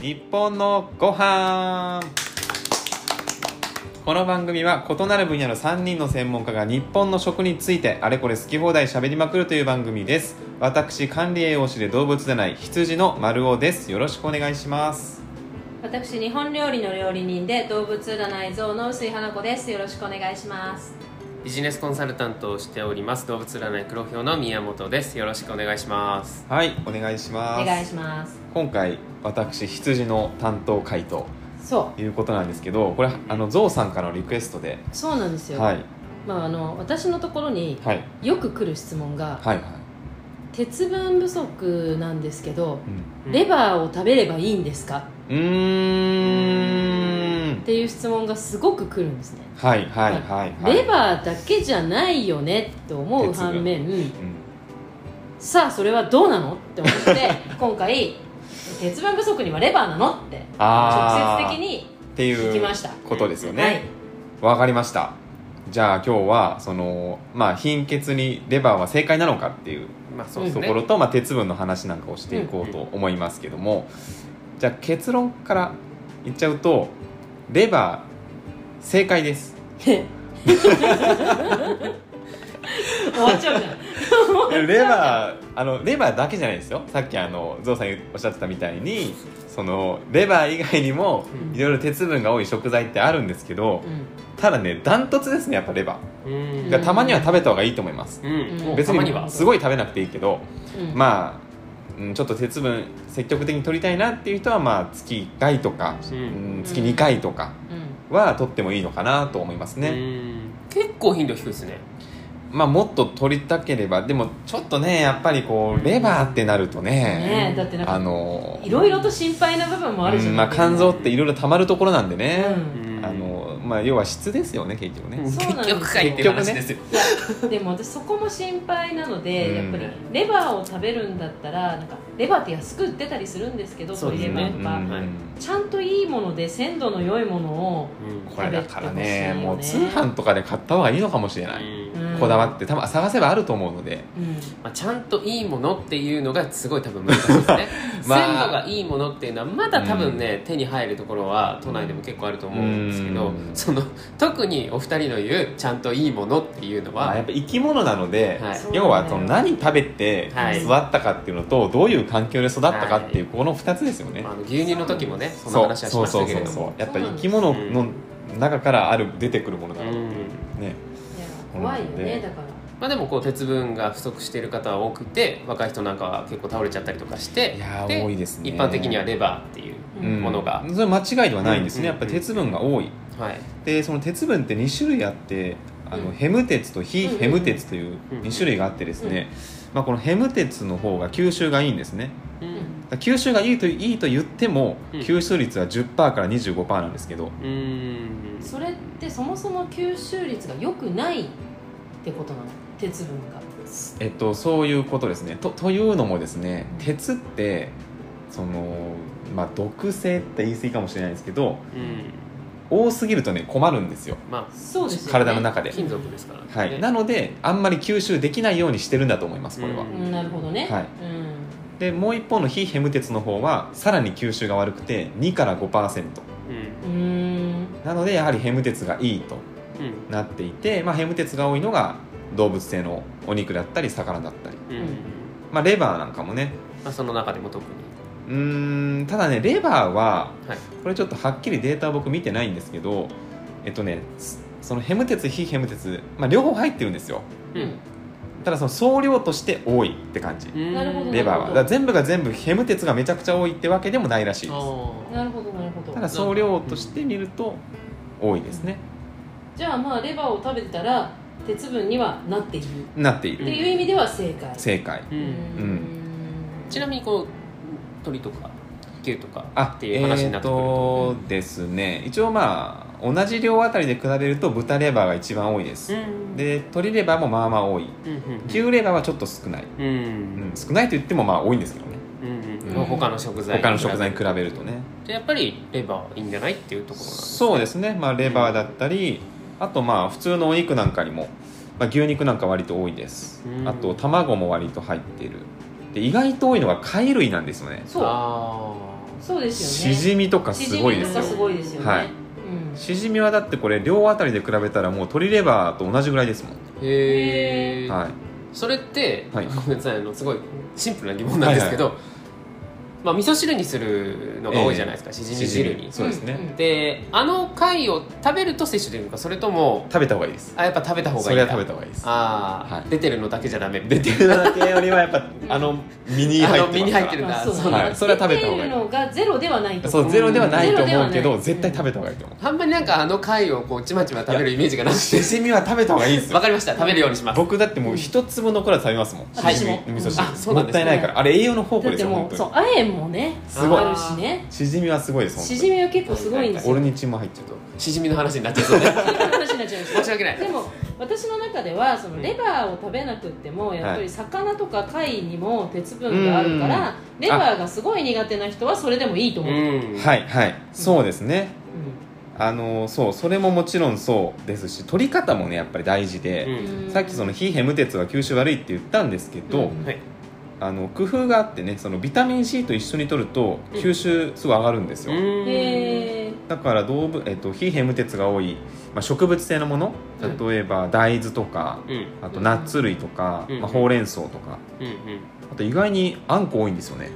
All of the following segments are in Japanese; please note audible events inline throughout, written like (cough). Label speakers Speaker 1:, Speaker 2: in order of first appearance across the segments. Speaker 1: 日本のご飯この番組は異なる分野の3人の専門家が日本の食についてあれこれ好き放題喋りまくるという番組です私管理栄養士で動物でない羊の丸尾ですよろしくお願いします
Speaker 2: 私日本料理の料理人で動物占い像の薄井花子ですよろしくお願いします
Speaker 3: ビジネスコンサルタントをしております動物占い黒ひょうの宮本ですよろしくお願いします
Speaker 1: はいお願いします
Speaker 2: お願いします
Speaker 1: 今回私羊の担当回と
Speaker 2: そ
Speaker 1: いうことなんですけどこれあのゾウさんからのリクエストで
Speaker 2: うそうなんですよ、
Speaker 1: はい
Speaker 2: まああの私のところに
Speaker 1: はい
Speaker 2: よく来る質問が
Speaker 1: はいはい、
Speaker 2: 鉄分不足なんですけど
Speaker 1: うん
Speaker 2: レバーを食べればいいんですか
Speaker 1: うーん
Speaker 2: っていう質問がすごく来るんですね
Speaker 1: はいはいはいはい
Speaker 2: レバーだけじゃないよねって思う
Speaker 1: 鉄分
Speaker 2: 反面
Speaker 1: うん
Speaker 2: さあそれはどうなのって思って
Speaker 1: (laughs)
Speaker 2: 今回鉄分不足にはレバーなのって
Speaker 1: あー
Speaker 2: 直接的に
Speaker 1: って
Speaker 2: 聞
Speaker 1: い
Speaker 2: き
Speaker 1: う
Speaker 2: ました
Speaker 1: ことですよ
Speaker 2: は
Speaker 1: ね
Speaker 2: い
Speaker 1: わ、かりましたじゃあ今日はそのまあ貧血にレバーは正解なのかっていう
Speaker 3: まあそうです
Speaker 1: と
Speaker 3: ね、
Speaker 1: ころと、まあ、鉄分の話なんかをしていこうと思いますけども、じゃあ結論から言っちゃうとレバー正解です
Speaker 2: 終わっちゃうじゃん
Speaker 1: レバーあのレバーだけじゃないですよさっきあのゾウさんおっしゃってたみたいにそのレバー以外にも
Speaker 3: うん
Speaker 1: いろいろ鉄分が多い食材ってあるんですけど
Speaker 2: う
Speaker 1: ただねダントツですねやっぱレバ
Speaker 3: うん
Speaker 1: ーがたまには食べた方がいいと思います
Speaker 3: うん、
Speaker 2: うん
Speaker 3: お
Speaker 1: 別
Speaker 3: たまに
Speaker 1: に
Speaker 3: は
Speaker 1: すごい食べなくていいけど
Speaker 2: んうん
Speaker 1: まあうんちょっと鉄分積極的に取りたいなっていう人はまあ月1回とか、
Speaker 3: う
Speaker 1: うんん、月2回とか
Speaker 2: うん
Speaker 1: は取ってもいいのかなと思いますね、
Speaker 3: うん結構頻度低いですね
Speaker 1: まあもっと取りたければでもちょっとねやっぱりこうレバーってなると
Speaker 2: ねえだってなん
Speaker 1: あ
Speaker 2: か
Speaker 1: の
Speaker 2: いろいろと心配な部分もあるじゃ
Speaker 1: うん
Speaker 2: ん、
Speaker 1: まあ、肝臓っていろいろたまるところなんで
Speaker 2: う
Speaker 1: ね、
Speaker 2: ん
Speaker 1: あのまあ、要は質ですよね結局ね、
Speaker 3: 結
Speaker 2: そうなんですよ
Speaker 3: 局かいっていう話ですよ、
Speaker 2: いやでも私そこも心配なので、
Speaker 1: うん
Speaker 2: やっぱりレバーを食べるんだったらなんかレバーって安く売ってたりするんですけど
Speaker 3: そう
Speaker 2: 鶏
Speaker 3: ですね
Speaker 2: レバーとか、
Speaker 1: うん
Speaker 3: はい
Speaker 2: ちゃんといいもので鮮度の良いものを
Speaker 3: うん
Speaker 1: これだからねも
Speaker 2: 食
Speaker 1: う
Speaker 2: べてほし
Speaker 1: 通
Speaker 2: いよね
Speaker 1: 販とかで買った方がいいのかもしれない、
Speaker 3: うん
Speaker 1: こだわって多分探せばあると思うので
Speaker 2: うん
Speaker 3: まあ、ちゃんといいものっていうのがすごい多分難しいですね、
Speaker 1: (laughs) まあ
Speaker 3: 鮮度がいいものっていうのはまだ多分ね、手に入るところは都内でも結構あると思うんですけど、
Speaker 1: うん
Speaker 3: その特にお二人の言うちゃんといいものっていうの
Speaker 1: まあ、や
Speaker 3: は、
Speaker 1: っぱ生き物なので、
Speaker 3: はい
Speaker 2: そう
Speaker 1: 要はその何食べて
Speaker 3: はい
Speaker 1: 育ったかっていうのとどういう環境で育ったかっていうこの2つですよね、
Speaker 3: まあ、あの牛乳の時もねそんな
Speaker 1: そう
Speaker 3: 話はし
Speaker 1: そ
Speaker 3: ま
Speaker 1: う
Speaker 3: し
Speaker 1: そ
Speaker 3: た
Speaker 1: う
Speaker 3: けれ
Speaker 1: そう
Speaker 3: ども
Speaker 1: そうやっぱり
Speaker 2: そうなん
Speaker 1: 生
Speaker 2: です
Speaker 1: き物の中からある出てくるものだ
Speaker 3: う
Speaker 1: から、ね
Speaker 3: ん
Speaker 2: いや怖いよねだから
Speaker 3: まあ、でもこう鉄分が不足している方は多くて若い人なんかは結構倒れちゃったりとかして
Speaker 1: いやー
Speaker 3: で
Speaker 1: 多いですね
Speaker 3: 一般的にはレバーってい
Speaker 2: う
Speaker 3: う、
Speaker 2: ん
Speaker 3: ものが
Speaker 1: それ間違いではないんですね、
Speaker 3: うん
Speaker 1: やっぱり鉄分が多い
Speaker 3: はい、
Speaker 1: でその鉄分って2種類あってあの、
Speaker 2: うん
Speaker 1: ヘム鉄と非
Speaker 2: うんうん
Speaker 1: ヘム鉄という
Speaker 3: うん
Speaker 1: 2種類があってですね、まあ、このヘム鉄の方が吸収がいいんですね
Speaker 3: う
Speaker 2: うん
Speaker 3: ん
Speaker 1: だから吸収がいいといいと言っても、
Speaker 3: うん
Speaker 1: 吸収率は10%から25%なんですけど
Speaker 3: うん
Speaker 2: それってそもそも吸収率が良くないってことなの鉄分が
Speaker 1: えっと、そういうことですねとというのもですね
Speaker 2: うん
Speaker 1: 鉄ってその、まあ、毒性って言い過ぎかもしれないですけど
Speaker 3: うん
Speaker 1: 多すぎるとね困るんですよ、
Speaker 3: ま
Speaker 2: そうですよね
Speaker 1: 体の中
Speaker 3: あ
Speaker 1: で、
Speaker 3: 金属ですからね、
Speaker 1: はい、なのであんまり吸収できないようにしてるんだと思いますこれは、
Speaker 3: う
Speaker 2: うんなるほどね
Speaker 1: はい
Speaker 2: うん
Speaker 1: でもう一方の非ヘム鉄の方はさらに吸収が悪くて2から5%
Speaker 3: うん
Speaker 2: うーん
Speaker 1: なのでやはりヘム鉄がいいと
Speaker 3: うん
Speaker 1: なっていて、まあ、ヘム鉄が多いのが動物性のお肉だったり魚だったり、
Speaker 3: うん
Speaker 2: うん
Speaker 1: まあ、レバーなんかもね
Speaker 3: まあ、その中でも特に、
Speaker 1: うーんただねレバーは
Speaker 3: はい
Speaker 1: これちょっとはっきりデータは僕見てないんですけどえっとねすそのヘム鉄非ヘム鉄、まあ、両方入ってるんですよただその総量として多いって感じ
Speaker 3: うん
Speaker 2: なるほど
Speaker 1: レバーは
Speaker 2: なるほど
Speaker 1: だから全部が全部ヘム鉄がめちゃくちゃ多いってわけでもないらしいです
Speaker 3: あ
Speaker 2: なるほどなるほど
Speaker 1: ただ総量として見ると多いですね、
Speaker 2: じゃあまあレバーを食べてたら鉄分にはなっている
Speaker 1: なってい
Speaker 2: っ
Speaker 1: る
Speaker 2: ていう意味では正解
Speaker 1: 正解
Speaker 3: ーう
Speaker 2: うんーん
Speaker 3: ちなみにこう鳥とか牛とか
Speaker 1: あ
Speaker 3: っていう話になってくる
Speaker 1: えーとですね一応まあ同じ量あたりで比べると豚レバーが一番多いです、
Speaker 3: うん
Speaker 1: で鶏レバーもまあまあ多い
Speaker 3: うん
Speaker 1: 牛レバーはちょっと少ない、
Speaker 3: うん
Speaker 1: うん、少ないと言ってもまあ多いんですけどね
Speaker 3: うん
Speaker 1: うん
Speaker 3: うん他の食材
Speaker 1: 他の食材に比べるとね
Speaker 3: でやっぱりレバーいいんじゃないっていうところなんです
Speaker 1: そうですねまあレバーだったりあとまあ普通のお肉なんかにも、まあ、牛肉なんか割と多いです
Speaker 3: うん
Speaker 1: あと卵も割と入っているで意外と多いのが貝類なんですよね
Speaker 2: そう
Speaker 3: あ
Speaker 2: そうですよね
Speaker 1: しじみとか
Speaker 2: し
Speaker 1: す
Speaker 2: じ
Speaker 1: ご
Speaker 2: み
Speaker 1: いで
Speaker 2: と
Speaker 1: す
Speaker 2: か
Speaker 1: よ
Speaker 2: すごいですよね、
Speaker 1: はい
Speaker 2: うん、
Speaker 1: しじみはだってこれ両あたりで比べたらもう鶏レバーと同じぐらいですもん、
Speaker 3: へえ、
Speaker 1: はい、
Speaker 3: それって、
Speaker 1: はい
Speaker 3: ごめんなさいあのすごいシンプルな疑問なんですけど、まあ、味噌汁にするのが多いじゃないですか、しじみ汁に
Speaker 1: しじみそうですね
Speaker 2: んん
Speaker 3: であの貝を食べると摂取できるのかそれとも
Speaker 1: 食べた方がいいです
Speaker 3: あやっぱ食べた方が
Speaker 1: そ
Speaker 3: いい
Speaker 1: れ
Speaker 3: ん
Speaker 1: は
Speaker 3: だ
Speaker 1: 食べた方がいい (laughs) です
Speaker 3: ああ、
Speaker 1: はい
Speaker 3: 出てるのだけじゃダメ
Speaker 1: 出てるだけよりはやっぱあの身に入ってますから
Speaker 3: あの身に入ってる
Speaker 2: あそう
Speaker 1: は
Speaker 2: ないんだ
Speaker 1: それは食べた方がいい
Speaker 2: 出てるのがゼロではないと
Speaker 1: そうゼロではないと思うけ
Speaker 2: う
Speaker 1: ど
Speaker 2: ん
Speaker 1: 絶対食べた方がいいと思う
Speaker 3: あんまりなんかあの貝をこうちまちま食べるイメージがなく
Speaker 1: しじみは食べた方がいいです
Speaker 3: て
Speaker 1: よ
Speaker 3: わかりました食べるようにします
Speaker 1: 僕だってもう一粒残らず食べますもん
Speaker 2: はい
Speaker 1: しじみ
Speaker 2: 私も
Speaker 1: 味噌
Speaker 2: うん
Speaker 3: あそ
Speaker 1: 汁
Speaker 3: う
Speaker 1: も
Speaker 3: なん
Speaker 1: っ
Speaker 3: です
Speaker 1: た
Speaker 3: ね
Speaker 1: いないからあれ栄養の宝庫
Speaker 2: だ
Speaker 1: で
Speaker 2: って
Speaker 1: すよ
Speaker 2: も
Speaker 1: 本
Speaker 2: う
Speaker 1: 当
Speaker 2: そう
Speaker 1: に
Speaker 2: 亜鉛もね
Speaker 1: すごい
Speaker 2: あるしね
Speaker 1: しじみはすごいです
Speaker 2: し
Speaker 1: 本
Speaker 2: じみは結構すごいんです
Speaker 1: 当にオ
Speaker 2: よ
Speaker 1: ルニチンも入っちゃうと
Speaker 3: しじみの話になっちゃいそうで
Speaker 2: 話になっちゃうんですよ
Speaker 3: 申し訳ない
Speaker 2: でも私の中ではそのレバーを食べなくってもやっぱり魚とか貝にも鉄分があるから、レバーがすごい苦手な人はそれでもいいと思う、うん
Speaker 3: うん
Speaker 1: はいはいそうですねあのそうそれももちろんそうですし取り方もねやっぱり大事
Speaker 3: う
Speaker 1: で、
Speaker 3: ん
Speaker 1: さっきその非ヘム鉄は吸収悪いって言ったんですけど、
Speaker 2: うん
Speaker 3: はい
Speaker 1: あの工夫があってねそのビタミン C と一緒に取ると
Speaker 3: うん
Speaker 1: 吸収すごい上がるんですよ、
Speaker 2: へえ
Speaker 1: だから動物、えっと、非ヘム鉄が多い、まあ、植物性のもの
Speaker 3: うん
Speaker 1: 例えば大豆とか
Speaker 3: うん
Speaker 1: あとナッツ類とか、
Speaker 3: うん
Speaker 1: まあ、ほうれん草とか
Speaker 3: うんうん
Speaker 1: あと意外にあんこ多いんですよね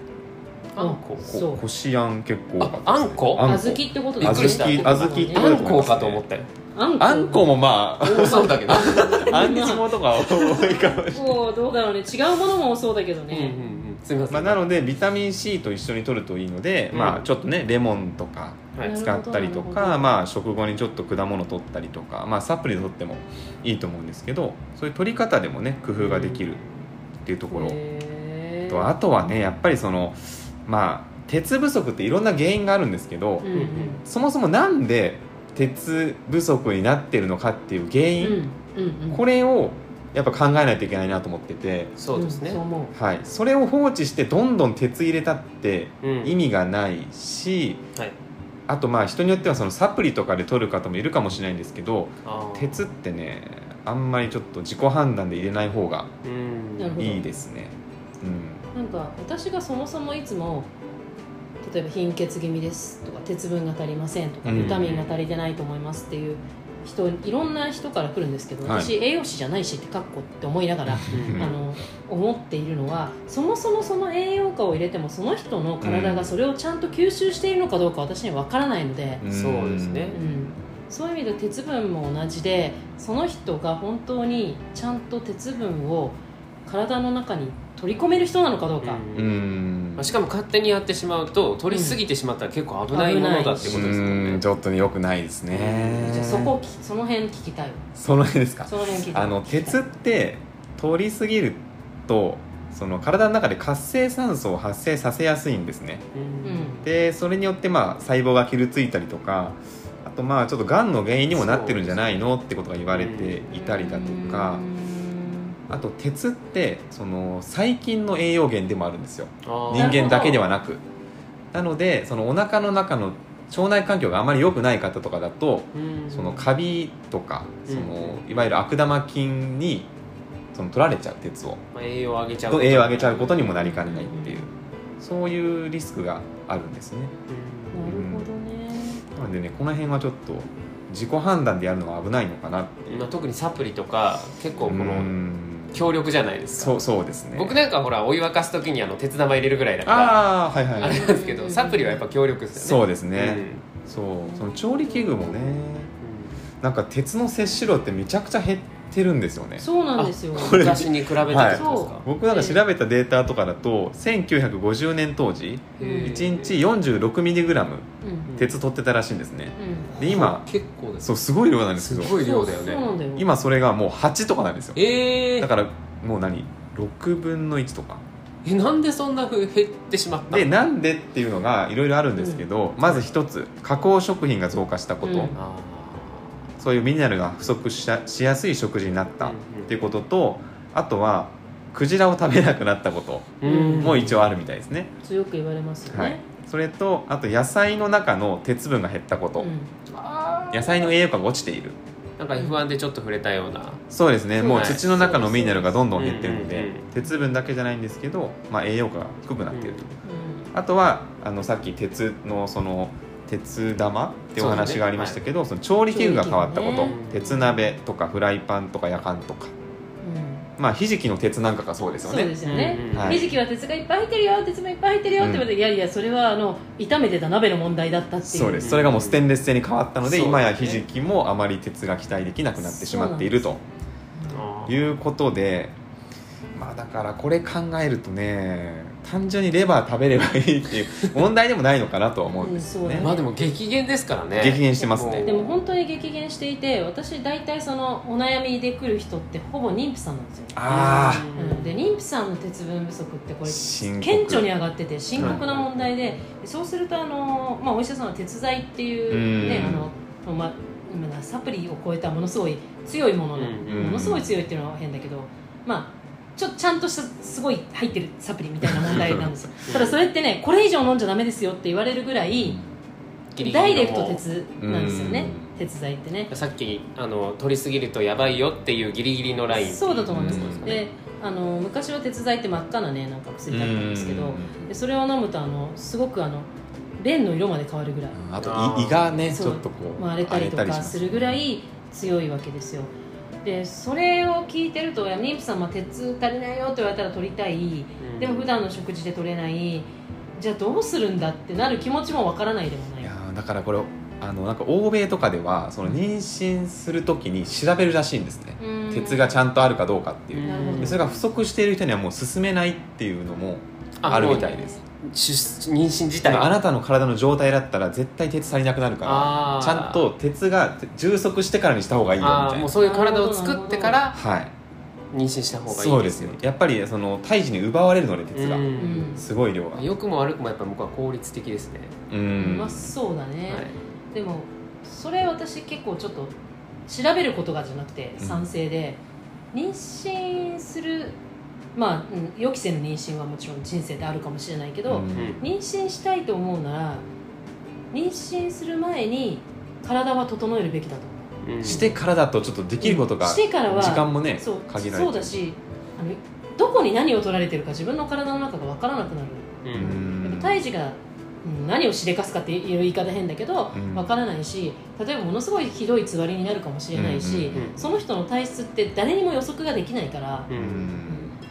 Speaker 3: あんこ
Speaker 1: こ
Speaker 2: そう
Speaker 1: こしあん結構多かったですね
Speaker 3: ああんこ
Speaker 1: あんこ
Speaker 2: 小豆ってこと
Speaker 3: びっくりした
Speaker 2: ね
Speaker 1: 小豆小
Speaker 3: あ
Speaker 1: 豆
Speaker 3: んこかと思ったよ
Speaker 2: あんこ
Speaker 1: あんこもま
Speaker 3: (laughs)
Speaker 1: あ
Speaker 3: 多そう
Speaker 2: (laughs)
Speaker 3: だけど
Speaker 1: あんにちもとか多いかもしれない
Speaker 2: こうどうだろうね違うものも多そうだけど
Speaker 3: うんう
Speaker 2: ね、
Speaker 3: んうんすみません
Speaker 1: まあ、なのでビタミン C と一緒に摂るといいので、
Speaker 3: うん
Speaker 1: まあ、ちょっとねレモンとか
Speaker 3: はい
Speaker 1: 使ったりと
Speaker 2: なるほ
Speaker 1: か、
Speaker 2: ど
Speaker 1: まあ、食後にちょっと果物取ったりとか、まあ、サプリで取ってもいいと思うんですけどそういう取り方でもね工夫ができるっていうところ、
Speaker 2: へー
Speaker 1: とあとはねやっぱりそのまあ鉄不足っていろんな原因があるんですけど、
Speaker 2: うんうん
Speaker 1: そもそもなんで鉄不足になってるのかっていう原
Speaker 2: う
Speaker 1: 因、
Speaker 2: んうんうん
Speaker 1: これをやっぱ考えないといけないなと思ってて。
Speaker 3: そうですね
Speaker 2: んそう思う
Speaker 1: はい、それを放置してどんどん鉄入れたって
Speaker 3: うん
Speaker 1: 意味がないし、
Speaker 3: はい
Speaker 1: あとまあ人によってはそのサプリとかで取る方もいるかもしれないんですけど
Speaker 3: あー
Speaker 1: 鉄ってねあんまりちょっと自己判断で入れない方が
Speaker 3: うん
Speaker 2: なるほど
Speaker 1: いいですね。うん
Speaker 2: なんか私がそもそもいつも例えば貧血気味ですとか鉄分が足りませんとか
Speaker 1: うん
Speaker 2: ビタミンが足りてないと思いますっていう人いろんな人から来るんですけど
Speaker 1: はい
Speaker 2: 私栄養士じゃないしってかっこって思いながら
Speaker 3: う
Speaker 2: あ
Speaker 3: ん
Speaker 2: の思っているのはそもそもその栄養価を入れてもその人の体がそれをちゃんと吸収しているのかどうか私には分からないので、
Speaker 1: ん
Speaker 3: そうですね
Speaker 2: うん、そういう意味で鉄分も同じでその人が本当にちゃんと鉄分を体の中に取り込める人なのかどうか。
Speaker 1: う
Speaker 3: うん
Speaker 1: ん
Speaker 3: まあしかも勝手にやってしまうと取りすぎてしまったら結構危ないものだっていうことですもん
Speaker 1: う
Speaker 3: ね
Speaker 1: んちょっと良くないですね。
Speaker 2: じゃあそこきその辺聞きたいわ
Speaker 1: その辺ですか
Speaker 2: その辺聞きたい
Speaker 1: あの鉄
Speaker 2: う
Speaker 1: って取りすぎるとその体の中で活性酸素を発生させやすいんですね。
Speaker 2: ん
Speaker 1: でそれによってまあ細胞が傷ついたりとかあとまあちょっとがんの原因にもなってるんじゃないのってことが言われていたりだとかあと鉄ってその細菌の栄養源でもあるんですよ
Speaker 3: あー
Speaker 1: 人間だけではなくなのでそのお腹の中の腸内環境があまり良くない方とかだと
Speaker 3: うん
Speaker 1: そのカビとか
Speaker 3: うん
Speaker 1: そのいわゆる悪玉菌にその取られちゃう鉄を
Speaker 3: まあ栄養を上げちゃう
Speaker 1: と栄養を上げちゃうことにもなりかねないっていうそういうリスクがあるんですね
Speaker 2: なるほどね
Speaker 1: なのでねこの辺はちょっと自己判断でやるのは危ないのかなって
Speaker 3: うんまあ特にサプリとか結構こ
Speaker 1: う
Speaker 3: の
Speaker 1: ん
Speaker 3: 強力じゃないですか
Speaker 1: そうそうですね
Speaker 3: 僕なんかほらお湯沸かす時にあの鉄玉入れるぐらいだから
Speaker 1: ああはいはい
Speaker 3: あ
Speaker 1: は
Speaker 3: れ
Speaker 1: い
Speaker 3: なんですけどサプリはやっぱ強力です
Speaker 1: そ
Speaker 3: よ
Speaker 1: う
Speaker 3: ね
Speaker 1: ですね、そうその調理器具もね
Speaker 3: う
Speaker 1: なんか鉄の摂取量ってめちゃくちゃ減ってるんですよね
Speaker 2: そうなんですよ
Speaker 1: こ
Speaker 3: ん
Speaker 1: れ
Speaker 3: 昔に比べてです
Speaker 1: はい
Speaker 3: か
Speaker 1: 僕なんか調べたデータとかだと1950年当時
Speaker 2: え
Speaker 3: へー
Speaker 1: 1日 46mg
Speaker 2: うん
Speaker 1: 鉄取ってたらしいんですね
Speaker 2: うん
Speaker 1: で今
Speaker 3: 結構です
Speaker 1: そうすごい量なんです
Speaker 3: す
Speaker 1: けど
Speaker 3: ごい量だよ
Speaker 2: そうそうな
Speaker 3: ね
Speaker 2: んだよ
Speaker 1: 今それがもう8とかなんですよ
Speaker 3: ええ
Speaker 1: だからもう何6分の1とか
Speaker 3: えなんでそんなふう減ってしまったの
Speaker 1: でなんでっていうのがいろいろあるんですけど、まず一つ加工食品が増加したこと、
Speaker 2: うん
Speaker 3: あ
Speaker 1: そういうミネラルが不足しやしやすい食事になっ
Speaker 3: ー
Speaker 1: たっていうこととあとはクジラを食べなくなったこと
Speaker 3: うん
Speaker 1: も一応あるみたいですね、
Speaker 2: 強く言われますよね、
Speaker 1: はい、それとあと野菜の中の鉄分が減ったこと、
Speaker 2: うん
Speaker 3: あ
Speaker 1: 野菜の栄養価が落ちている
Speaker 3: ーなんか F1 でちょっと触れたような
Speaker 1: そうですね
Speaker 2: そう
Speaker 1: もう
Speaker 3: です
Speaker 1: 土の中のミネラルがどんどん減ってるので、
Speaker 3: うんうんうん
Speaker 1: 鉄分だけじゃないんですけど、まあ、栄養価が低くなっていると、
Speaker 2: うん
Speaker 1: あとはあのさっき鉄のその鉄玉ってお話がありましたけどそ、の調理器具が変わったこと、
Speaker 2: 調理器
Speaker 3: 具ね
Speaker 1: 鉄鍋とかフライパンとかやかんとかまあひじきの鉄なんかがそうですよ
Speaker 2: そうで
Speaker 1: ね
Speaker 2: すよね、
Speaker 3: うんうん
Speaker 1: はい
Speaker 2: ひじきは鉄がいっぱい入ってるよ鉄もいっぱい入ってるよって言われて、いやいやそれはあの炒めてた鍋の問題だったっていう
Speaker 1: そうですそれがもうステンレス製に変わったので、
Speaker 3: そうですね
Speaker 1: 今やひじきもあまり鉄が期待できなくなってしまっていると
Speaker 3: あー
Speaker 1: いうことでまあだからこれ考えるとね単純にレバー食べればいい
Speaker 2: (laughs)
Speaker 1: っていう問題でもないのかなとは思うんですよね,、
Speaker 2: うんそうだ
Speaker 3: まあでも激減ですからね
Speaker 1: 激減してますね
Speaker 2: でも本当に激減していて私大体そのお悩みで来る人ってほぼ妊婦さんなんですよ、
Speaker 1: あ
Speaker 3: う
Speaker 2: うん
Speaker 3: ん
Speaker 2: で顕著に妊婦さんの鉄分不足ってこ
Speaker 1: あ
Speaker 2: れ
Speaker 1: 深刻
Speaker 2: 顕著に上がってて深刻な問題で、そうするとあの、まあ、お医者さんは鉄剤っていう、ね
Speaker 1: うん
Speaker 2: あのまあ、今なサプリを超えたものすごい強いものの、
Speaker 3: うん
Speaker 1: うん
Speaker 2: ものすごい強いっていうのは変だけど、まあ、ちょちゃんとしたすごい入ってるサプリみたいな問題なん
Speaker 1: (laughs)
Speaker 2: ですよただそれってねこれ以上飲んじゃダメですよって言われるぐらい
Speaker 3: ギリギリの
Speaker 2: ダイレクト鉄なんですよね
Speaker 1: うん
Speaker 2: 鉄剤ってね
Speaker 3: さっきあの取りすぎるとやばいよっていうギリギリのライン
Speaker 2: そうだと思います、
Speaker 1: うん
Speaker 2: であの昔は鉄剤って真っ赤なねなんか薬だったんですけど、
Speaker 1: う
Speaker 2: でそれを飲むとあのすごくあの便の色まで変わるぐらい、
Speaker 1: んあと
Speaker 3: あー
Speaker 1: 胃胃がねち
Speaker 2: そう
Speaker 1: ょっとこう
Speaker 2: まあ、荒れたりと
Speaker 1: 荒れ
Speaker 2: か
Speaker 1: します
Speaker 2: るぐらい強いわけですよでそれを聞いてるといや妊婦さんは鉄足りないよって言われたら取りたいでも普段の食事で取れないじゃあどうするんだってなる気持ちもわからないでもない
Speaker 1: いやーだからこれあのなんか欧米とかではその妊娠するときに調べるらしいんですね、
Speaker 2: うん
Speaker 1: 鉄がちゃんとあるかどうかっていう、
Speaker 2: なるほど
Speaker 1: でそれが不足している人にはもう進めないっていうのもあるみたいです
Speaker 3: す妊娠自
Speaker 1: だ
Speaker 3: 体
Speaker 1: からあなたの体の状態だったら絶対鉄足りなくなるか
Speaker 3: あ
Speaker 1: ら
Speaker 3: ー
Speaker 1: ちゃんと鉄が充足してからにした方がいいよみた
Speaker 3: あー
Speaker 1: い
Speaker 3: もう
Speaker 1: な
Speaker 3: そういう体を作ってから
Speaker 1: はい
Speaker 3: 妊娠した方がいい
Speaker 1: そうですねやっぱりその胎児に奪われるので鉄が、
Speaker 3: うん
Speaker 1: すごい量が
Speaker 3: 良くも悪くもやっぱ僕は効率的ですね、
Speaker 1: う
Speaker 2: うんまそうだね、
Speaker 3: はい
Speaker 2: でもそれ私結構ちょっと調べることがじゃなくて
Speaker 1: うん
Speaker 2: 賛成で、妊娠するまあ、うん予期せぬ妊娠はもちろん人生であるかもしれないけ
Speaker 1: う
Speaker 2: ど、
Speaker 1: ん
Speaker 3: うん
Speaker 2: 妊娠したいと思うなら妊娠する前に体は整えるべきだと思う
Speaker 3: うん
Speaker 1: してからだとちょっとできることが
Speaker 2: し
Speaker 1: 時
Speaker 2: てからは
Speaker 1: 間もね
Speaker 2: そう
Speaker 1: 限られ
Speaker 2: そう
Speaker 1: てる
Speaker 2: だしあのどこに何を取られてるか自分の体の中が分からなくなる
Speaker 3: うん
Speaker 1: うん
Speaker 2: やっぱ胎児がうん何をしでかすかっていう言い方変だけど、
Speaker 1: うん
Speaker 2: わからないし例えばものすごいひどいつわりになるかもしれないし、
Speaker 1: うん
Speaker 3: うん
Speaker 2: その人の体質って誰にも予測ができないから
Speaker 3: う
Speaker 1: うんん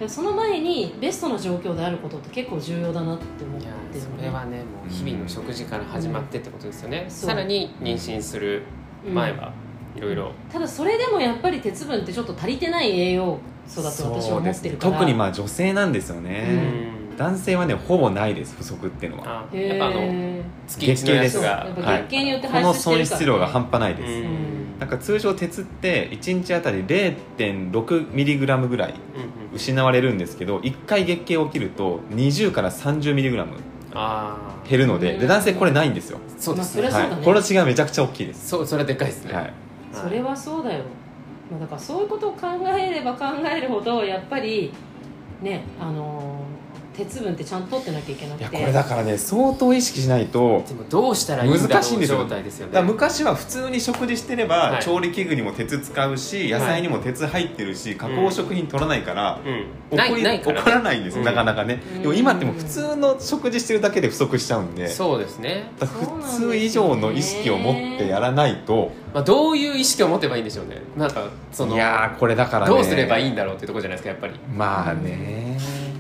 Speaker 2: その前にベストな状況であることって結構重要だなって思っ
Speaker 3: い
Speaker 2: て
Speaker 3: や
Speaker 2: る
Speaker 3: ーそれはねもう日々の食事から始まってってことですよね、
Speaker 2: んそう
Speaker 3: さらに妊娠する
Speaker 2: うん
Speaker 3: 前はいろいろ
Speaker 2: ただそれでもやっぱり鉄分ってちょっと足りてない栄養素だと私は
Speaker 1: そう
Speaker 2: 思
Speaker 1: で
Speaker 2: っ
Speaker 1: す
Speaker 2: て
Speaker 1: ね
Speaker 2: るから
Speaker 1: 特にまあ女性なんですよ
Speaker 2: う
Speaker 1: ね、男性はねほぼないです不足っていうのは
Speaker 3: あ
Speaker 2: へ
Speaker 3: やっぱあの
Speaker 2: ー
Speaker 3: 月一のやつ
Speaker 2: そう
Speaker 3: が
Speaker 2: やっ
Speaker 1: は
Speaker 2: ぱ
Speaker 1: い
Speaker 2: 月経によって
Speaker 1: こ
Speaker 2: 排
Speaker 1: の
Speaker 2: 出してるから、
Speaker 1: 損失量が半端ないです、
Speaker 3: うん
Speaker 1: なんか通常鉄って1日あたり 0.6mg ぐらい
Speaker 3: うんうん
Speaker 1: 失われるんですけど1回月経起きると20から 30mg
Speaker 3: ああ
Speaker 1: 減るので
Speaker 2: うん
Speaker 1: で男性これないんですよ、
Speaker 3: そうです
Speaker 2: ま
Speaker 3: ね
Speaker 2: あそりゃそうだ
Speaker 1: は
Speaker 2: ね
Speaker 1: い、この違いめちゃくちゃ大きいです、
Speaker 3: そうそれはでかいですね、
Speaker 1: はい、
Speaker 2: それはそうだよ、まあ、だからそういうことを考えれば考えるほどやっぱりねあのー鉄分ってちゃんと取ってなきゃいけなく
Speaker 1: い
Speaker 2: て
Speaker 1: やこれだからね相当意識しないと
Speaker 3: でもどうしたらいいんだ
Speaker 1: 難しいん
Speaker 3: ろう
Speaker 1: ですよ
Speaker 3: 状態ですよね
Speaker 1: だから昔は普通に食事してれば、
Speaker 3: はい
Speaker 1: 調理器具にも鉄使うし野菜にも鉄入ってるし、加工食品取らないから、
Speaker 3: うん、な
Speaker 1: 怒
Speaker 3: い
Speaker 1: り
Speaker 3: ないから、
Speaker 1: 怒
Speaker 3: ね、
Speaker 1: らないんですよ、
Speaker 3: うん
Speaker 1: なかなかね
Speaker 2: うん
Speaker 1: でも今ってもう普通の食事してるだけで不足しちゃうんで
Speaker 3: そうですね、
Speaker 1: だから普通以上の意識を持ってやらないと、
Speaker 3: まあ、どういう意識を持てばいいんでしょうねなんかその
Speaker 1: いやーこれだからね
Speaker 3: どうすればいいんだろうってとこじゃないですかやっぱり
Speaker 1: まあね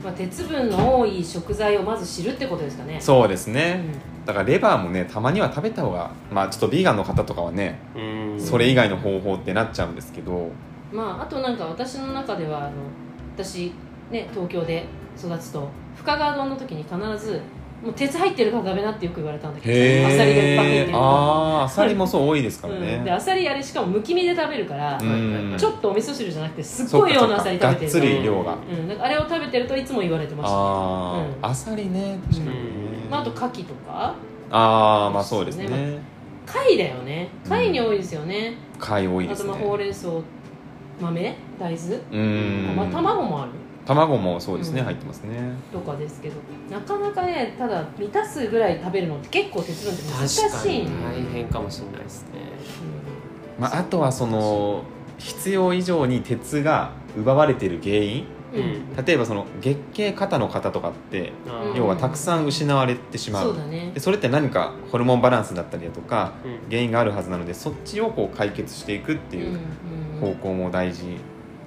Speaker 2: まあ、鉄分の多い食材をまず知るってことですかね
Speaker 1: そうです
Speaker 2: う
Speaker 1: ね
Speaker 2: ん
Speaker 1: だからレバーもねたまには食べた方がまあちょっとビーガンの方とかはね
Speaker 3: うん
Speaker 1: それ以外の方法ってなっちゃうんですけど
Speaker 2: まあ、あとなんか私の中ではあの私、ね、東京で育つと深川丼の時に必ずもう鉄入ってるからダメなってよく言われたんだけどアサリがいっぱい入ってるか
Speaker 1: あーアサリもそう多いですからら
Speaker 2: うん、で
Speaker 1: ね、
Speaker 2: アサリあれしかもむき身で食べるから、
Speaker 1: うん
Speaker 2: ちょっとお味噌汁じゃなくてすっ
Speaker 1: そ
Speaker 2: ご
Speaker 1: っ
Speaker 2: い
Speaker 1: か
Speaker 2: 量
Speaker 1: そっ
Speaker 2: のア
Speaker 1: か
Speaker 2: サリ
Speaker 1: が
Speaker 2: 食
Speaker 1: っ
Speaker 2: べて
Speaker 1: つ
Speaker 2: る
Speaker 1: り量が、
Speaker 2: から、うん、なんかあれを食べてるといつも言われてました
Speaker 1: あ
Speaker 2: う
Speaker 1: あ、アサリね確かにね、
Speaker 2: まあ、あと牡蠣とか
Speaker 1: ああまあそうですね
Speaker 2: そうです貝だよね貝に多いですよね、
Speaker 1: 貝多いで
Speaker 2: あと
Speaker 1: す
Speaker 2: ま
Speaker 1: ね
Speaker 2: あほうれん草豆大豆、
Speaker 1: う
Speaker 2: まあ、
Speaker 1: ん
Speaker 2: 卵もある
Speaker 1: 卵もそうですね、
Speaker 2: うん
Speaker 1: 入ってますね
Speaker 2: とかですけどなかなかねただ満たすぐらい食べるのって結構鉄分って難
Speaker 3: 確か
Speaker 2: しい
Speaker 3: に
Speaker 2: んだよ
Speaker 3: 大変かもしれないですね
Speaker 1: まあ、あとはその必要以上に鉄が奪われている原因
Speaker 2: うん
Speaker 1: 例えばその月経過多の方とかって
Speaker 3: うん
Speaker 1: 要はたくさん失われてしま
Speaker 2: そう
Speaker 1: う
Speaker 2: だね
Speaker 1: でそれって何かホルモンバランスだったりだとか
Speaker 3: うん
Speaker 1: 原因があるはずなのでそっちをこう解決していくっていう
Speaker 2: うん
Speaker 1: 方
Speaker 2: うん
Speaker 1: 向も大事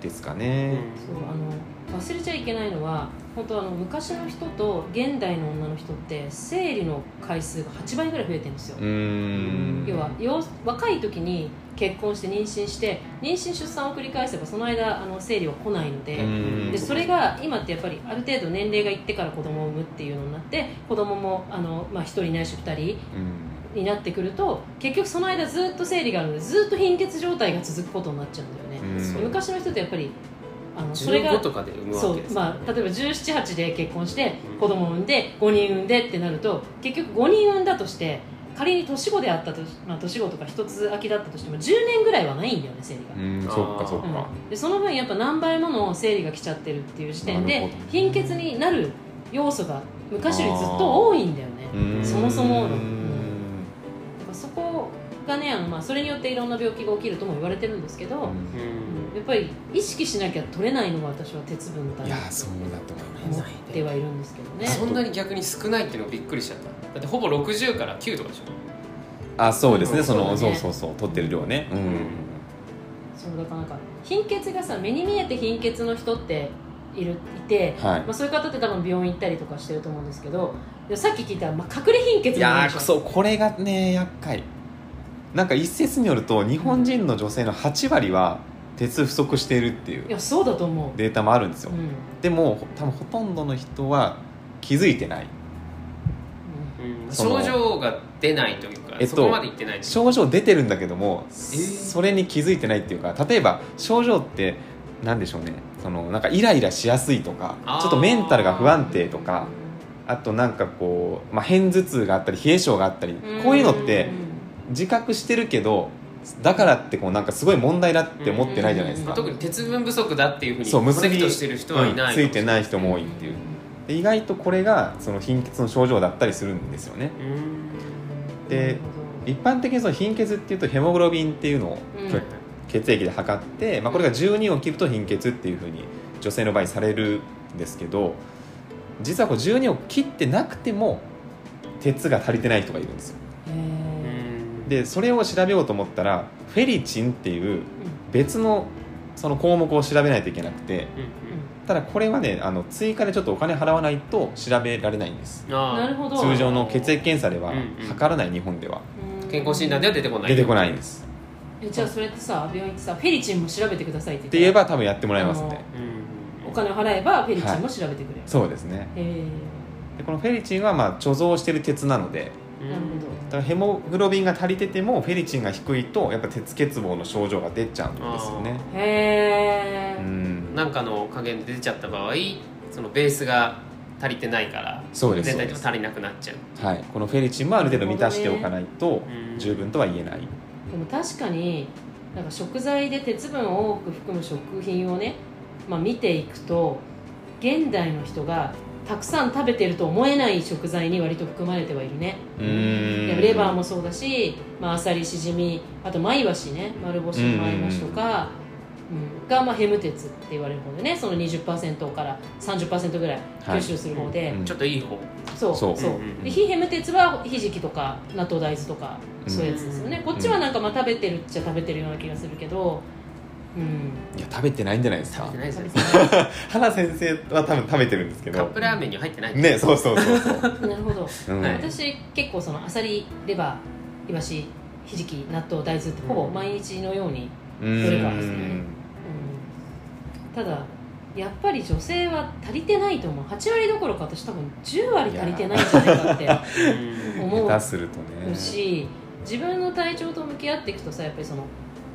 Speaker 1: ですかね。
Speaker 2: そうあの忘れちゃいけないのは本当あの昔の人と現代の女の人って生理の回数が8倍ぐらい増えてるんですよ、
Speaker 1: うーん
Speaker 2: 要はよ若い時に結婚して妊娠して妊娠出産を繰り返せばその間あの生理は来ないの
Speaker 1: う
Speaker 2: で、
Speaker 1: ーん
Speaker 2: でそれが今ってやっぱりある程度年齢がいってから子供を産むっていうのになって子供もあのまあ、1人ないし2人
Speaker 1: うん
Speaker 2: になってくると結局その間ずっと生理があるのでずっと貧血状態が続くことになっちゃうんだよね、
Speaker 1: うん
Speaker 2: 昔の人ってやっぱりあのそれが
Speaker 3: 15とかで産む
Speaker 2: そ
Speaker 3: わ
Speaker 2: う
Speaker 3: けです
Speaker 2: まあ、例えば178で結婚して
Speaker 3: うん
Speaker 2: 子供を産んで5人産んでってなると結局5人産んだとして仮に年子であったとし、まあ、年子とか一つ空きだったとしても10年ぐらいはないんだよね生理が
Speaker 1: う、んそっかそっ
Speaker 3: あ
Speaker 1: か。
Speaker 2: うんでその分やっぱ何倍もの生理が来ちゃってるっていう時点
Speaker 1: な
Speaker 2: で
Speaker 1: るほど
Speaker 2: 貧血になる要素が昔よりずっと多いんだよね
Speaker 1: うーん
Speaker 2: そもそも
Speaker 1: うーん
Speaker 2: だからそこがねあの、まあ、それによっていろんな病気が起きるとも言われてるんですけど、
Speaker 3: うん
Speaker 2: やっぱり意識しなきゃ取れないのが私は鉄分だ
Speaker 1: いや
Speaker 2: な
Speaker 1: ーそうだと思います
Speaker 2: 思ってはいるんですけどね
Speaker 3: そんなに逆に少ないっていうのびっくりしちゃっただってほぼ60から9とかでしょ
Speaker 1: あそうですねその
Speaker 2: そ
Speaker 1: そうう,、
Speaker 2: だね
Speaker 1: そうそう取ってる量ね。う
Speaker 2: そうだからなんか貧血がさ目に見えて貧血の人っているいて、
Speaker 1: ん、は
Speaker 2: まあ、
Speaker 1: い。
Speaker 2: そういう方って多分病院行ったりとかしてると思うんですけどでもさっき聞いたら、まあ、隠れ貧血
Speaker 1: い
Speaker 2: もあ
Speaker 1: や
Speaker 2: るでしょ
Speaker 1: ーそうこれがね厄介。なんか一説によると日本人の女性の8割は鉄不足しているっていう
Speaker 2: いやそうだと思う、
Speaker 1: データもあるんですよ
Speaker 2: うん。うん
Speaker 1: でもほ多分ほとんどの人は気づいてない。その
Speaker 3: 症状が出ないというか、
Speaker 1: えっと
Speaker 3: そこまでいってないというか
Speaker 1: 症状出てるんだけども、
Speaker 3: ー
Speaker 1: それに気づいてないっていうか例えば症状って何でしょうねそのなんかイライラしやすいとか
Speaker 3: あー
Speaker 1: ちょっとメンタルが不安定とかあとなんかこう、まあ、片頭痛があったり冷え性があったりこういうのって自覚してるけどだからってこうなんかすごい問題だって思ってないじゃないです
Speaker 3: ま
Speaker 1: か
Speaker 3: あ、特に鉄分不足だっていうふうに
Speaker 1: そう
Speaker 3: コ
Speaker 1: 結
Speaker 3: ネ
Speaker 1: び
Speaker 3: クトしてる人はいない、
Speaker 1: うんついて
Speaker 3: い
Speaker 1: ない人も多いっていうで意外とこれがその貧血の症状だったりするんですよねで一般的にその貧血っていうとヘモグロビンっていうのを
Speaker 2: うん
Speaker 1: 血液で測って、まあ、これが12を切ると貧血っていうふうに女性の場合されるんですけど実はこう12を切ってなくても鉄が足りてない人がいるんですよ
Speaker 2: へ
Speaker 1: でそれを調べようと思ったらフェリチンっていう別のその項目を調べないといけなくてただこれはねあの追加でちょっとお金払わないと調べられないんです
Speaker 2: なるほど
Speaker 1: 通常の血液検査では
Speaker 3: うんうん
Speaker 1: 測らない日本では
Speaker 2: ーうん
Speaker 3: 健康診断では出てこない
Speaker 1: 出てこないいんです
Speaker 2: えじゃあそれってさ病院行ってさフェリチンも調べてくださいって
Speaker 1: って言え
Speaker 2: たら
Speaker 1: ば多分やってもらえますね
Speaker 2: お金を払えばフェリチンも調べてくれる、
Speaker 1: そうですね
Speaker 2: へ
Speaker 1: でこのフェリチンはまあ貯蔵してる鉄なので
Speaker 2: えなるほど
Speaker 1: だからヘモグロビンが足りててもフェリチンが低いとやっぱ鉄欠乏の症状が出ちゃうんですよね
Speaker 2: へえ、
Speaker 1: うん
Speaker 3: なんかの加減で出ちゃった場合そのベースが足りてないから
Speaker 1: そうです
Speaker 3: 全体
Speaker 1: そう
Speaker 3: と
Speaker 1: です
Speaker 3: 足りなくなっちゃう
Speaker 1: はいこのフェリチンもある程度満たしておかないと
Speaker 3: うん
Speaker 1: 十分とは言えない
Speaker 2: でも確かになんか食材で鉄分を多く含む食品をね、まあ、見ていくと現代の人がたくさん食べてると思えない食材に割と含まれてはいるね
Speaker 1: うーん
Speaker 2: レバーもそうだし、まあ、アサリしじみあとマイワシね丸干しのマイワシとか、うんが、まあ、ヘム鉄って言われる方でねその20%から30%ぐらい吸収する方で、
Speaker 1: はいうん
Speaker 3: ちょっといい方
Speaker 2: そう
Speaker 1: そう
Speaker 2: そう
Speaker 3: うんうん
Speaker 2: で非ヘム鉄はひじきとか納豆大豆とかそういうやつですよね、
Speaker 3: うん
Speaker 2: こっちはなんかまあ食べてるっちゃ食べてるような気がするけどうん
Speaker 1: いや食べてないんじゃないですか
Speaker 3: 食べてないじゃないですか
Speaker 2: な
Speaker 1: 花先生は多分食べてるんですけ
Speaker 3: カッ
Speaker 1: ど
Speaker 3: プラーメンには入ってない
Speaker 1: ねそうそうそうそう、
Speaker 3: (laughs)
Speaker 2: るほど
Speaker 1: うん
Speaker 3: はい
Speaker 2: 私結構そのアサリレバーイワシひじき納豆大豆ってほぼ毎日のように、
Speaker 1: う
Speaker 2: レバーですね
Speaker 1: ん
Speaker 2: うんただやっぱり女性は足りてないと思う8割どころか私多分10割足りてないんじゃないかって
Speaker 3: うん
Speaker 2: 思う
Speaker 1: 下手するとね
Speaker 2: し自分の体調と向き合っていくとさやっぱりその、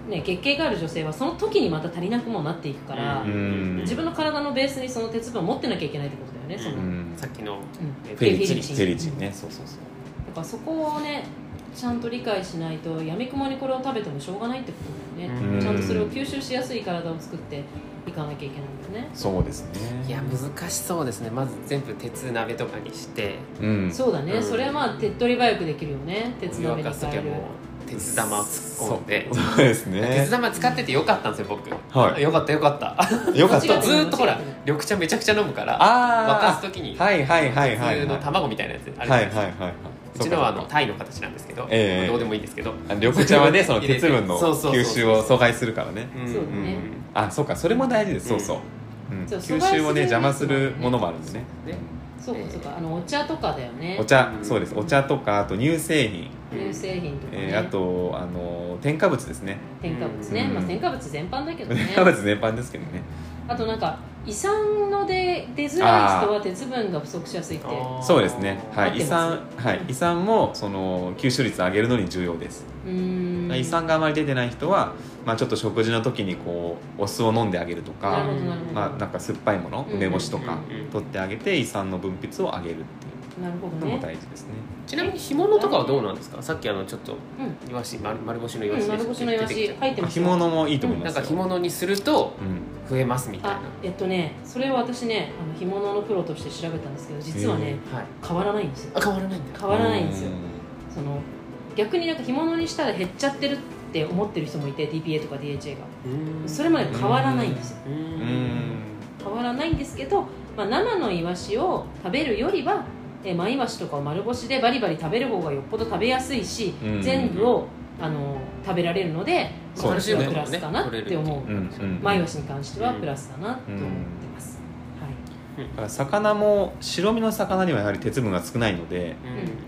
Speaker 2: ね、月経がある女性はその時にまた足りなくもなっていくから、
Speaker 1: ん
Speaker 2: 自分の体のベースにその鉄分を持ってなきゃいけないってことだよねその、
Speaker 1: う
Speaker 2: う
Speaker 1: ん
Speaker 2: ん
Speaker 3: さっきのえ
Speaker 1: フェリチン
Speaker 2: フ
Speaker 1: フ
Speaker 2: ェ
Speaker 1: ェ
Speaker 2: リ
Speaker 1: リ
Speaker 2: チ
Speaker 1: チ
Speaker 2: ン
Speaker 1: ンねそうそうそう
Speaker 2: やっぱそこをねちゃんと理解しないとやみくもにこれを食べてもしょうがないってことだよね、
Speaker 1: うん
Speaker 2: ちゃんとそれを吸収しやすい体を作っていかなきゃいけないんだよね、
Speaker 1: そうですね
Speaker 3: いや難しそうですねまず全部鉄鍋とかにして
Speaker 1: うん
Speaker 2: そうだね、
Speaker 3: うん
Speaker 2: それはまあ手っ取り早くできるよね鉄
Speaker 3: お湯
Speaker 2: 鍋に
Speaker 3: 沸かす
Speaker 2: 変え
Speaker 3: 時は
Speaker 2: る
Speaker 3: もう鉄玉を突っ込んで
Speaker 1: そうそうですね
Speaker 3: 鉄玉使っててよかったんですよ僕、
Speaker 1: はい
Speaker 3: よかったよかった
Speaker 1: よかっ
Speaker 2: 間違
Speaker 1: た
Speaker 2: えて
Speaker 3: ず
Speaker 2: る
Speaker 3: ーっとほら緑茶めちゃくちゃ飲むから沸か
Speaker 1: あ
Speaker 3: す時に
Speaker 1: あはいはいはいはい
Speaker 3: 普通の
Speaker 1: は
Speaker 3: 卵みたいなやつあ
Speaker 1: い
Speaker 3: る
Speaker 1: は
Speaker 3: じゃないいですか
Speaker 1: はいはいう
Speaker 3: ちのはあの
Speaker 1: そうか
Speaker 3: タイの形なんですけど、
Speaker 1: ええ
Speaker 3: どうでもいいんですけど、
Speaker 1: あ緑茶はねその
Speaker 3: 入れて
Speaker 1: 鉄分の
Speaker 3: そうそうそう
Speaker 1: 吸収を阻害するからね
Speaker 2: そう
Speaker 1: う
Speaker 2: だ
Speaker 1: ん
Speaker 2: ね
Speaker 1: あそうかそれも大事です、
Speaker 3: うん
Speaker 1: そうそう、うん、
Speaker 2: そう
Speaker 1: 吸収をね
Speaker 2: 阻
Speaker 1: 邪魔
Speaker 2: 害
Speaker 1: す
Speaker 2: する
Speaker 1: るものもあるんですね
Speaker 3: ね
Speaker 2: そうかそうかあのお茶とかだよね
Speaker 1: お茶、
Speaker 3: うん
Speaker 1: そうですお茶とかあと乳製品、
Speaker 2: 乳製品とかね、
Speaker 1: えーあとあの添加物ですね
Speaker 2: 添加物ね、
Speaker 1: うん
Speaker 2: まあ、添加物全般だけどね
Speaker 1: (laughs) 添加物全般ですけどね
Speaker 2: あとなんか胃酸ので出づらい人は鉄分が不足しやすいって
Speaker 3: あー
Speaker 1: そうですねは
Speaker 2: 合っ
Speaker 1: い
Speaker 2: て
Speaker 1: 胃
Speaker 2: ます
Speaker 1: 酸はい胃酸もその吸収率を上げるのに重要です、
Speaker 2: うーん
Speaker 1: 胃酸があまり出てない人は、まあ、ちょっと食事の時にこうお酢を飲んであげると
Speaker 2: なる
Speaker 1: か、
Speaker 2: ほどなるほど、
Speaker 1: まあ、なんか酸っぱいもの
Speaker 2: うん
Speaker 1: 梅干しとか
Speaker 3: うんうんうん
Speaker 1: 取ってあげて胃酸の分泌を上げるって
Speaker 2: なるほ
Speaker 1: いう
Speaker 2: ど
Speaker 1: のも
Speaker 2: ね
Speaker 1: 大事ですね
Speaker 3: ちなみに干物とかはどうなんですかさっきあのちょっとイワシ丸丸干しのイワ
Speaker 2: う
Speaker 3: シ
Speaker 2: ん丸腰のイワシ入って
Speaker 1: まあ
Speaker 2: ます
Speaker 1: 干
Speaker 2: よ
Speaker 1: 物もいいと思いま
Speaker 3: なん
Speaker 1: す
Speaker 3: か
Speaker 1: よ
Speaker 3: 干物にすると
Speaker 1: うん
Speaker 3: 増えますみたいな
Speaker 2: あえっとねそれを私ねあの干物のプロとして調べたんですけど実は
Speaker 1: へ
Speaker 2: ね
Speaker 3: はい
Speaker 2: 変わらないんですよ
Speaker 3: あ変わらないんだ
Speaker 2: 変わらないんですよ
Speaker 1: う
Speaker 2: その逆になんか干物にしたら減っちゃってるって思ってる人もいて DPA とか DHA がそれまで変わらないんですよ
Speaker 3: うーん
Speaker 1: んうん
Speaker 2: 変わらないんですけど、まあ、生のイワシを食べるよりはえーマイワシとかを丸干しでバリバリ食べる方がよっぽど食べやすいし、
Speaker 1: うん
Speaker 2: 全部をあの食べられるので
Speaker 1: そうです
Speaker 2: 私
Speaker 1: ね
Speaker 2: はプラスかなって思
Speaker 1: う
Speaker 2: う
Speaker 1: んうん
Speaker 2: マイワシに関してはプラスだなと思ってます、はい、
Speaker 1: だから魚も白身の魚にはやはり鉄分が少ないので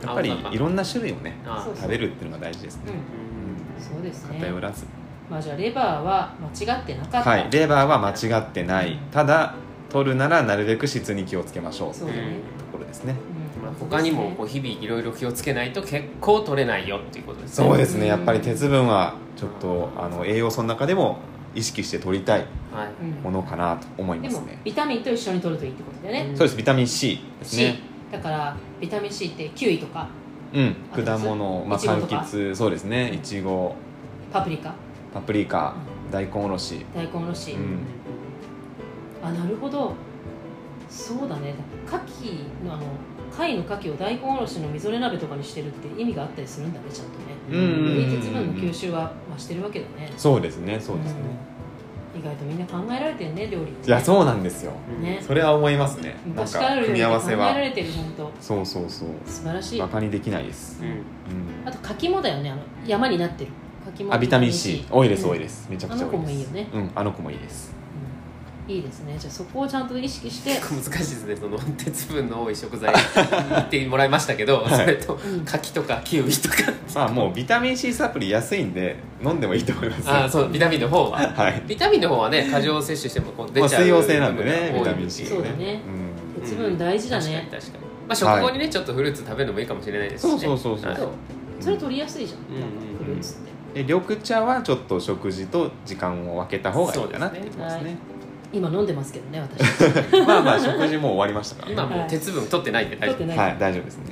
Speaker 3: うん
Speaker 1: やっぱりいろんな種類をね
Speaker 3: あ
Speaker 2: そうそう
Speaker 1: 食べるっていうのが大事ですね、
Speaker 3: う
Speaker 2: うん、そうですね
Speaker 1: 偏らず
Speaker 2: まあじゃあレバーは間違ってなかった、
Speaker 1: はいレバーは間違ってないただ取るならなるべく質に気をつけましょうと
Speaker 2: そうだね、
Speaker 1: ところですね
Speaker 2: うん
Speaker 3: んまあ、他にもこう日々いろいろ気をつけないと結構取れないよっていうことですね
Speaker 1: そうですね
Speaker 2: うん
Speaker 1: やっぱり鉄分はちょっとあの栄養素の中でも意識して取りたい
Speaker 3: はい
Speaker 2: うん
Speaker 1: ものかなと思い
Speaker 2: で
Speaker 1: ます
Speaker 2: も
Speaker 1: ね
Speaker 2: ビタミンと一緒に摂るといいってことだよね、
Speaker 3: うん
Speaker 1: そうですビタミン C です
Speaker 2: C
Speaker 1: ね
Speaker 2: だからビタミン C ってキウイとか
Speaker 1: うん
Speaker 2: あと
Speaker 1: 果物まあ
Speaker 2: いちご
Speaker 1: 柑
Speaker 2: とか
Speaker 1: 橘そうですねいちご
Speaker 2: パプリカ
Speaker 1: パプリカ大根おろし
Speaker 2: 大根おろし、
Speaker 1: うん
Speaker 2: あなるほどそうだね牡蠣のあの貝の牡蠣を大根おろしのみぞれ鍋とかにしてるって意味があったりするんだねちゃんとね
Speaker 1: う
Speaker 2: よ
Speaker 1: ん
Speaker 2: り鉄分の吸収は増してるわけだね
Speaker 1: そうですねそうですね
Speaker 2: うん意外とみんな考えられてるね料理って
Speaker 1: いやそうなんですよ
Speaker 2: ね
Speaker 1: それは思いますねなん
Speaker 2: 昔からあ
Speaker 1: か
Speaker 2: る
Speaker 1: 組み合わせ
Speaker 2: 考えら
Speaker 1: は
Speaker 2: れてる本当
Speaker 1: そうそうそう
Speaker 2: 素晴らしい
Speaker 1: バカにできないです
Speaker 3: う、ん
Speaker 1: うん、
Speaker 2: あと柿もだよねあの山になってる柿も、
Speaker 1: あビタミン C 多いです多いですすめちゃくちゃ多いです
Speaker 2: あの子もいいよね
Speaker 1: うんあの子もいいです
Speaker 2: うんいいですねじゃあそこをちゃんと意識して
Speaker 3: 結構難しいですねその鉄分の多い食材言ってもらいましたけど、
Speaker 1: はい
Speaker 3: それと
Speaker 2: うん
Speaker 3: 柿とかキウイとか
Speaker 1: まあもうビタミン C サプリ安いんで飲んでもいいと思います
Speaker 3: あーそうビタミンの方は
Speaker 1: はい
Speaker 3: ビタミンの方はね過剰摂取してもこう
Speaker 1: ま
Speaker 3: 出
Speaker 1: あ
Speaker 3: ちゃう
Speaker 1: 水溶性なんでねビ
Speaker 3: 部分が
Speaker 1: タ
Speaker 3: 多い
Speaker 1: ミン C は
Speaker 2: そうだね
Speaker 1: うん
Speaker 2: 鉄分大事だね、
Speaker 3: 確かに確かにまあ食後にね、ちょっとフルーツ食べるのもいいかもしれないですし、ね、
Speaker 1: そうそうそうそう
Speaker 3: はい
Speaker 2: そうそれ取りやすいじゃん,、
Speaker 3: う
Speaker 2: な
Speaker 3: ん
Speaker 2: んかフルーツって、
Speaker 1: で緑茶はちょっと食事と時間を分けた方がいいかなって言ってますね
Speaker 2: 今飲んでますけどね私、
Speaker 1: まあまあ食事もう終わりましたから、
Speaker 3: 今もう鉄分取ってないんで大丈夫
Speaker 2: 取ってない
Speaker 1: はい大丈夫ですね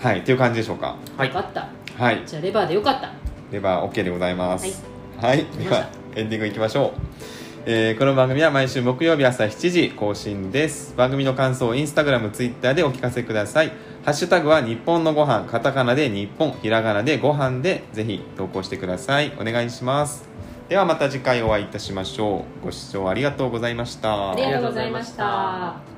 Speaker 2: はい
Speaker 1: はいっていう感じでしょうか
Speaker 3: はい
Speaker 2: よかった
Speaker 1: はい
Speaker 2: じゃあレバーでよかった
Speaker 1: レバー OK でございますはい、
Speaker 2: きま
Speaker 1: で
Speaker 2: した
Speaker 1: はエンディングいきましょう、えーこの番組は毎週木曜日朝7時更新です番組の感想をインスタグラムツイッターでお聞かせくださいハッシュタグは日本のご飯カタカナで日本ひらがなでご飯でぜひ投稿してくださいお願いしますではまた次回お会いいたしましょうご視聴ありがとうございました
Speaker 2: ありがとうございました